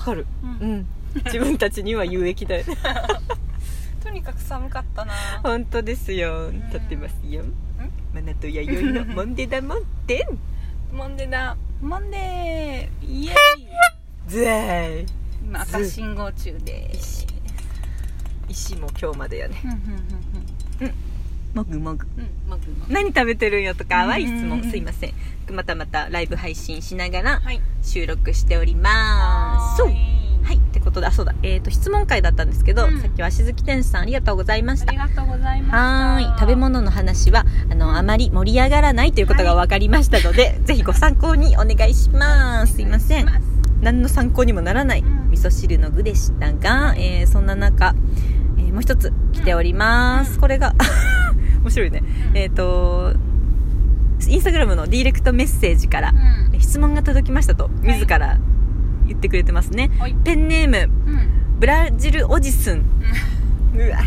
かるうんうん自分たちには有益だよねとにかく寒かったな本当ですよん立ってますよマナと弥生のモンデダモンテンモンデーだモンデーイエーイずーい今赤信号中です石も今日までやねうんうんもぐもぐうんうんうんマグマ何食べてるんよとかはうん質問すいませんまたまたライブ配信しながらはい収録しておりますそうはいってことであそうだえっ、と質問会だったんですけど、うんさっきはしずき天さんありがとうございましあたりがとうございましたはーい食べ物の話はあのあまり盛り上がらないということが分かりましたので、ぜひご参考にお願いしますすいません何の参考にもならないうん味噌汁の具でしたが、えーそんな中、えーもう一つ来ております、うんこれが 面白いねえっ、とインスタグラムのディレクトメッセージからう、ん質問が届きましたと自ら言ってくれてますね、はいペンネームうんブラジルおじすんうわ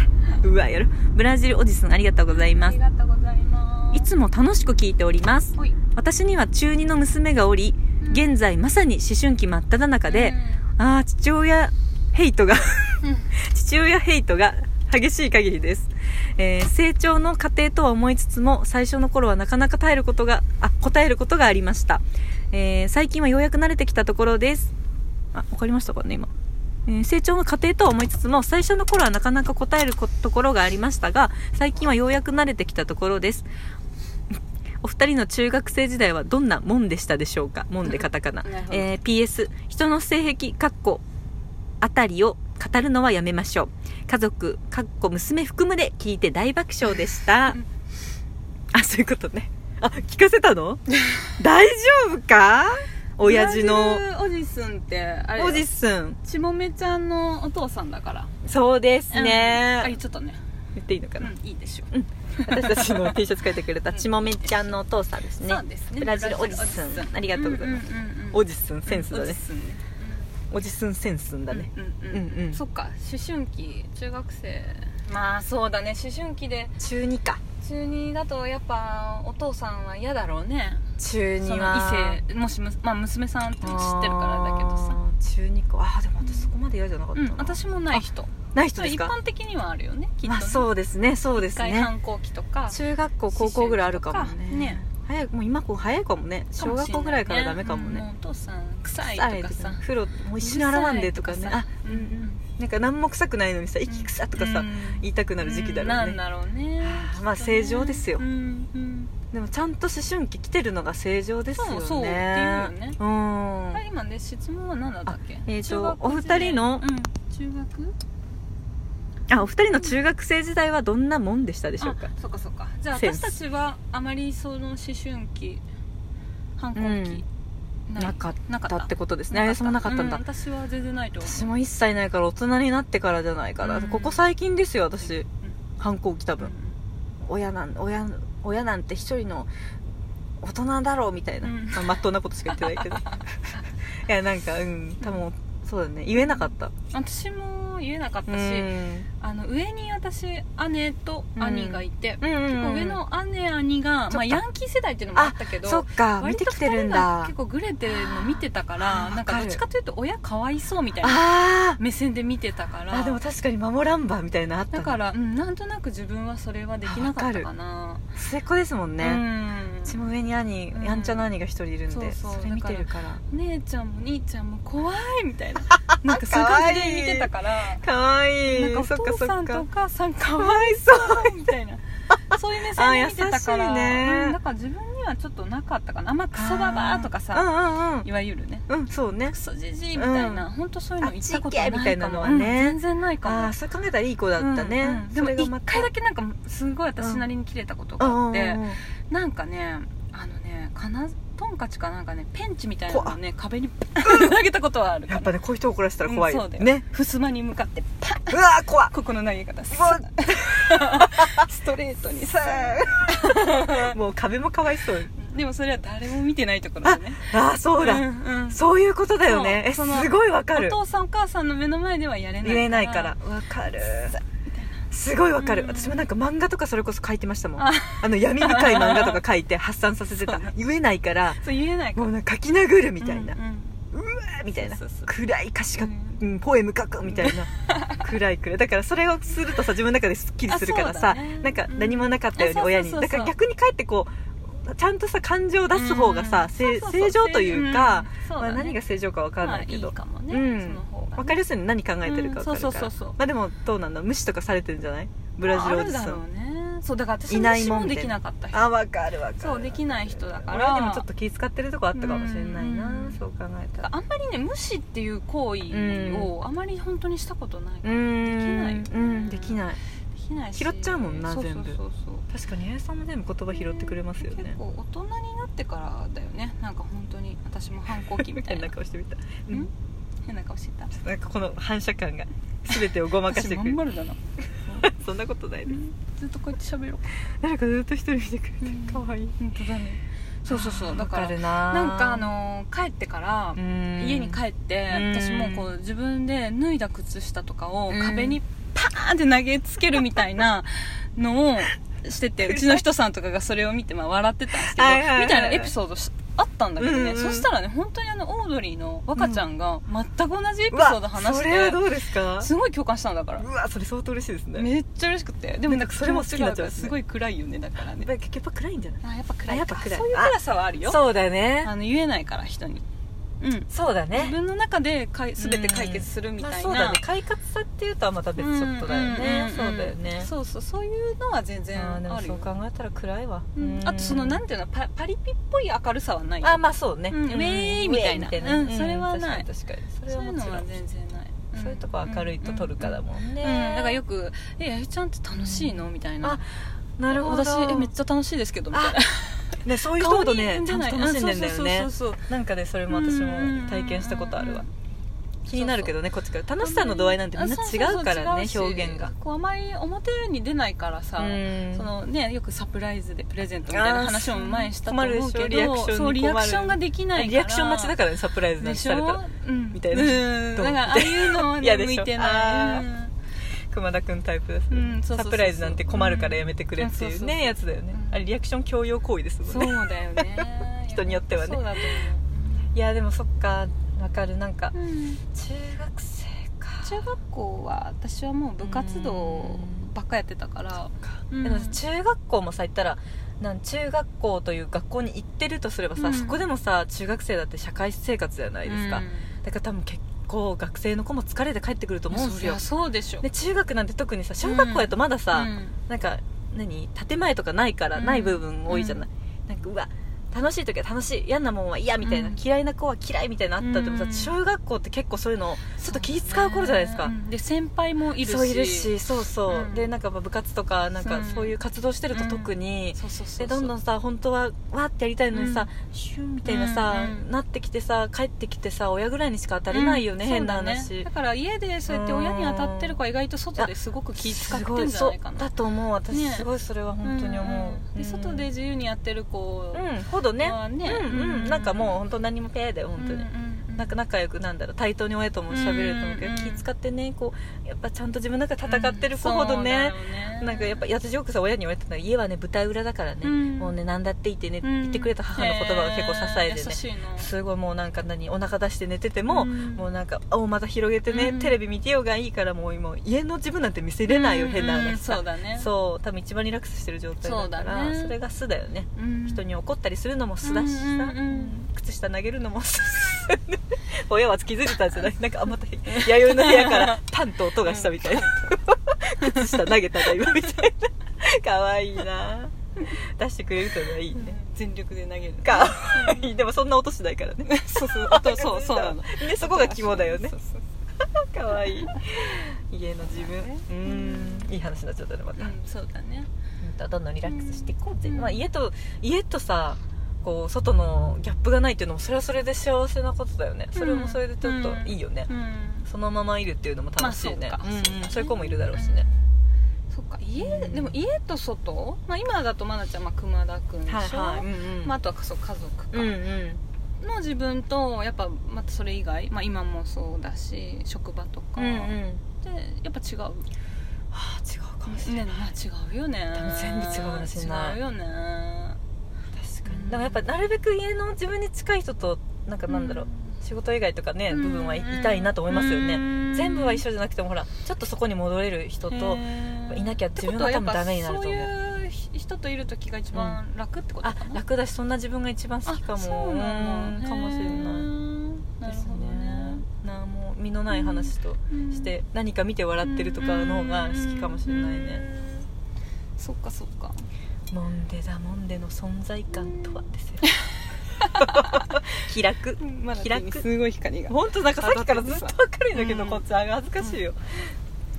うわやろブラジルおじすんありがとうございあまりすがとうございますいつも楽しく聞いておりますはい私には中2の娘がおりうん現在まさに思春期真っ只中で、ああ父親ヘイトがうんうん父親ヘイトが激しい限りです、えー成長の過程とは思いつつも最初の頃はなかなか耐えることがあ答えることがありました、えー最近はようやく慣れてきたところですあわかりましたかね今、えー成長の過程とは思いつつも最初の頃はなかなか答えることころがありましたが最近はようやく慣れてきたところですお二人の中学生時代はどんなもんでしたでしょうかもんでカタカナなるほ、どえー PS 人の性癖かっこあたりを語るのはやめましょう家族かっこ娘含むで聞いて大爆笑でした うんあそういうことねあ聞かせ たの大丈夫か親父のブラジルおじすんってあれおじすんちもめちゃんのお父さんだからそうですうんあね言っ、ちょっとね言っていいのかな、うんいいでしょう私たちの T シャツ書いてくれ たうんちもめちゃんのお父さんですねそうですねブラジルおじすんブラジルおじありがとうございます、んうんうんうんおじすんセンスおだじねすんねおじすんセンスんだね、うんうんうんうんそっか思春期中学生まあそうだね思春期で中二か中2だとやっぱお父さんは嫌だろうね中そ二のは異性もしむ、まあ、娘さんって知ってるからだけどさあー中二かあーでも私そこまで嫌じゃなかったうな、ん、私もない人ない人ですか一般的にはあるよねきっと、ねあそうですねそうです一回ね反抗期とか中学校高校ぐらいあるかもね思春期とかね早いもう今こう早いかもねか小もし学れな校ぐらいからダメかもうねんうお父さん臭い臭いとかとかさ風呂もう一緒に洗わんでとかねうるさいあうんうんなんか何も臭くないのにさ息臭とかさ、うん言いたくなる時期だろうね、うんなんだろうねはあ まあ正常ですようんうんでもちゃんと思春期来てるのが正常ですよねそうそうっていうよねうんあ今ね質問は何だったっけあえーと中学お二人の時代うん、中学あお二人の中学生時代はどんなもんでしたでしょうかあそうかそうかじゃあセン私スたちはあまりその思春期反抗期、いなかっなかったたってことですねなあかやさんもなかったんだ、う私は全然ないと思私も一切ないから大人になってからじゃないから、うんここ最近ですよ私、う反抗期多分、親なん親親なんて一人の大人だろうみたいな、うんまあまっとうなことしか言ってない けどいやなんかうん多分そうだね言えなかった私も言えなかったし、うんあの上に私姉と兄がいて、うんうん結構上の姉兄が、まそっかあ、ヤンキー世代っていうのもあったけどそっか見割てときてるん二人がだ結構グレてるの見てたかあらーなんわかかるどっちかというと親かわいそうみたいなあー目線で見てたからあでも確かに守らんばみたいなのあっただねから、うん、なんとなく自分はそれはできなかったかな末っ子ですもんうね、うんちも上に兄、うんやんちゃな兄が一人いるんでそそうそうれ見てるから姉ちゃんも兄ちゃんも怖いみ たいななんかそういう感じで見てたからかわいなんかおそっか父そさっんとおか母さんかかわいわいそいうみたいなそういう目線で見てたからあ優しいねうんだから自分にはちょっとなかったかなあんまクソババアとかささいわゆるねうんうんうんうんそうねクソじじいみたいな、う本当そういうの言ったことあっち行けみたいいなかのもはねうん全然ないかもああそう考えたらいい子だったね、うんうんでもそれがま一た回だけなんかすごい私なりに切れたことがあって、うんうんうんなんかねあのねかなトンカチかなんかねペンチみたいなのをね壁に 投げたことはあるやっぱねこういう人怒らせたら怖い、うんよそうだよね襖に向かってパッうわー怖っここの投げ方スうわ ストレートにささあ もう壁もかわいそうでもそれは誰も見てないところでねああそうだ、んうんそういうことだよねえすそうそのごいわかるお父さんお母さんの目の前ではやれない言えないからわかるすごいわかる、うん私もなんか漫画とかそれこそ書いてましたもんああの闇深い漫画とか書いて発散させてた、 そうね言えないからそう言えないかもらうなんか書き殴るみたいな、うんううわーみたいなそうそうそう暗い歌詞が、うんうん、ポエム書くみたいな 暗い暗いだからそれをするとさ自分の中ですっきりするからさ、あそうだねなんか何もなかったようにうん親にそうだそうそうそうから逆にかえってこうちゃんとさ感情を出す方がさ、せそうそうそう正常というか、んそうだまあ、ね何が正常かわかんないけまあ、ど、いいかもね、うんその方が、ね、分かりやすいの何考えてるか分かるから、うんそうそうそうそうまあでもどうなんだ無視とかされてるんじゃないブラジルおじさああるだろんうねそうだから私いもないもんできなかった人あ分かる分かるそうできない人だから俺でもちょっと気使ってるとこあったかもしれないな、うんそう考えたらあんまりね無視っていう行為をあまり本当にしたことないから、うんできうないよねんできないできないし拾っちゃうもんなそうそう全部そうそう確かに八重さんも全部言葉拾ってくれますよね結構大人になってからだよねなんか本当に私も反抗期みたい変なな顔してみたううんん変な顔してたなんかこの反射感が全てをごまかして私くまれん丸るだな そんなことないですずっとこうやって喋ろう誰かずっと一人見てくれてうんるかわいい本当だねそうそうそうだからわるななんかあのー帰ってから、家家に帰ってうん私もこう自分で脱いだ靴下とかをうん壁にパーンって投げつけるみたい なのをしててうちの人さんとかがそれを見てまあ笑ってたんですけどはいはいはいはいみたいなエピソードしあったんだけどね、うんうんそしたらね本当にあのオードリーの若ちゃんが全く同じエピうソわード話しそれはてどうですかすごい共感したんだからうわそれ相当嬉しいですねめっちゃ嬉しくてでもなんかそれも好きになっちゃうんですねすごい暗いよねだからねやっぱやっぱ暗いんじゃないあやっぱ暗あいやっぱ暗いそういう暗さはあるよそうだねあの言えないから人にうんそうだ自分の中でかい全て解決するみたいな、まあそうだね快活さっていうとはまた別ちょっとだよねんんんんそうだよねそうそうそういうのは全然あーでもあるそうよ考えたら暗いわうんあとそのなんていうのパパリピっぽい明るさはないよあまあそうね、うんウェーイみたいなウェーイみたうんそれはない確かに確かにそれそはういうものちろはん全然ない、んそういうとこ明るいと撮るかだもんね、うん、うんだからよく「えやゆちゃんって楽しいの?」みたいなあなるほど私えめっちゃ楽しいですけど」みたいなねそういう顔人にほどねち出ゃんないと楽しんでんだようねんそうそうそうそうなんかねそれも私も体験したことあるわ気になるけどねこっちから楽しさの度合いなんてみんな違うからねあそうそうそう違うし表現がこうあまり表に出ないからさ、うんそのね、よくサプライズでプレゼントみたいな話も前にしたとあー思うけど困るでしょリアクションにそうリアクションができないからリアクション待ちだからねサプライズなんでてしされたょら、うん、みたいなうんだからああいうのはね嫌でし向ょいてあない、ーうん熊田君タイプですうねんそうそうそうそうサプライズなんて困るからやめてくれっていううんねやつだよねうんあれリアクション強要行為ですもんねそうだよね 人によってはねそうだといやでもそっかわかるなんか思う、うん中学生か中学校は私はもう部活動ばっかやってたから、うんでもさ中学校もさ言ったらなん中学校という学校に行ってるとすればさ、うんそこでもさ中学生だって社会生活じゃないですか、うんだから多分結構学生の子も疲れて帰ってくると思うんでそすりよゃそうでしょで中学なんて特にさ小学校やとまださ、うんなんか何建前とかないから、うんない部分多いじゃない、なんかうわ楽しい時は楽しい嫌なもんは嫌みたいな、うん嫌いな子は嫌いみたいなのあったでもさうん中学校って結構そういうのちょっと気使う頃じゃないですか、うんで先輩もいるしそういるしそうそう、うんでなんかまあ部活とかなんうかんそういう活動してると特に、そうそうそうでどんどんんさ本当はわーってやりたいのにさ、シュンみたいなさ、うんうんなってきてさ帰ってきてさ親ぐらいにしか当たれないよね、変なそうだ,、話、ね、だから家でそうやって親に当たってる子は意外と外ですごく気使ってんじゃないかすごいそなうだと思う私、ねすごいそれは本当に思う、んんうんで外で自由にやってる子うんほどねはねうんうん、なんかもう本当何もペアだよ本当に、なんか仲良くなんだろう対等に親とも喋れると思うけど、うんうん気使ってねこうやっぱちゃんと自分の中で戦ってる子ほどね、なんかやっぱ私よくさ親に言われてたのが家はね舞台裏だからね、うんもうね何だって言ってね、言ってくれた母の言葉が結構支えてね、すごいもうなんか何お腹出して寝てても、うんもうなんか青また広げてね、うんテレビ見てようがいいからもう今家の自分なんて見せれないよ、変な話さそうだねそう多分一番リラックスしてる状態だからそうそだねれが素だよねうん人に怒ったりするのも素だしさ、うんうんうんうん靴下投げるのも素親は気づいてたんじ ゃないなんかあまた弥生の部屋からパンと音がした みたいな、靴下投げたな今みたいなかわいいな出してくれるというのはいいね、全力で投げるかわいいでもそんな音しないからねそうそうそう そうそうなのねそこが肝だよねそうそうかわいい家の自分うんいい話になっちゃったねまそうた、うんそうだねうん、どんどんリラックスしていこうぜ、うんまあ、家と家とさこう外のギャップがないっていうのもそれはそれで幸せなことだよねそれもそれでちょっといいよね、うんそのままいるっていうのも楽しいね、まあそうかんうんそうだねそういう子もいるだろうしね、そっか家、うんでも家と外、まあ、今だと愛菜ちゃん、まあ、熊田君でしょ、うんうんまあ、あとはそう家族か、うんうんの自分とやっぱまたそれ以外、まあ、今もそうだし職場とか、うんうんでやっぱ違うあ違うかもしれない、ね、まあ、違うよね多分全部違うかもしれな違いうよね確かにでもやっぱなるべく家の自分に近い人となんかなんだろう、うん仕事以外とかねうん部分はいたいなと思いますよね全部は一緒じゃなくてもほらちょっとそこに戻れる人といなきゃ自分が多分ダメになると思ううそういう人といる時が一番楽ってことあかな、楽だしそんな自分が一番好きかもそうなんうだんかもしれないなでるすほどねねなあもう身のない話として何か見て笑ってるとかの方が好きかもしれないねうんそっかそっかモンデザモンデの存在感とはです よ気楽まだ手にすすごい光が本当なんかさっきからずっと明るいんだけど、うんこっちは恥ずかしいよ、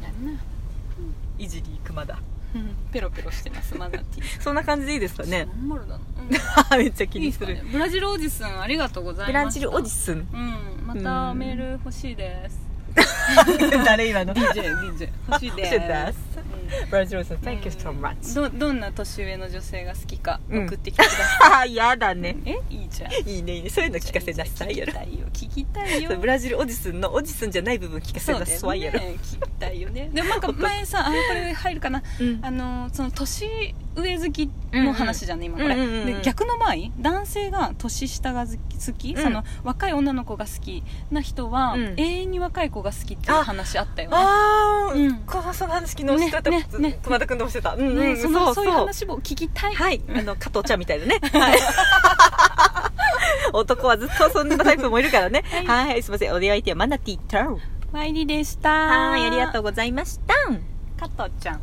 やるなイジリークマだペロペロして ますマナティーそんな感じでいいですかねま ん丸だな、うんめっちゃ気いいにっすすかるねブラジルおじさんありがとうございましたブラジルおじすんうんまたメール欲しいです 誰 今の DJDJ 欲しいで欲しいですす、ブラジルおじさんうん Thank you so much どどんな年上の女性が好きかうん送ってきてくださ ああやだい、ねえいいじゃん いいねいいねそういうの聞かせなさい聞きやろたいよ聞きたいよそうブラジルおじすんのおじすんじゃない部分聞かせそうなですさいやろね聞きたいよねでもなんか前さあこれ入るかなうんあのその年上好きの話じゃんね、ん今これ、うんうんうんで逆の場合男性が年下が好き好き、うんその若い女の子が好きな人は、うん永遠に若い子が好きっていう話あったよねああ、う、うんんこのその話昨日してた、ねねね熊田君としてた、うんうん、ねそのそういうは話も聞きたい、いあの加藤ちゃんみたいなね、はい、 男はずっとそんなタイプもいるからねは、はいいすいませんお出会い手はマナティータウンワイリでしたはいありがとううございました加藤ちゃん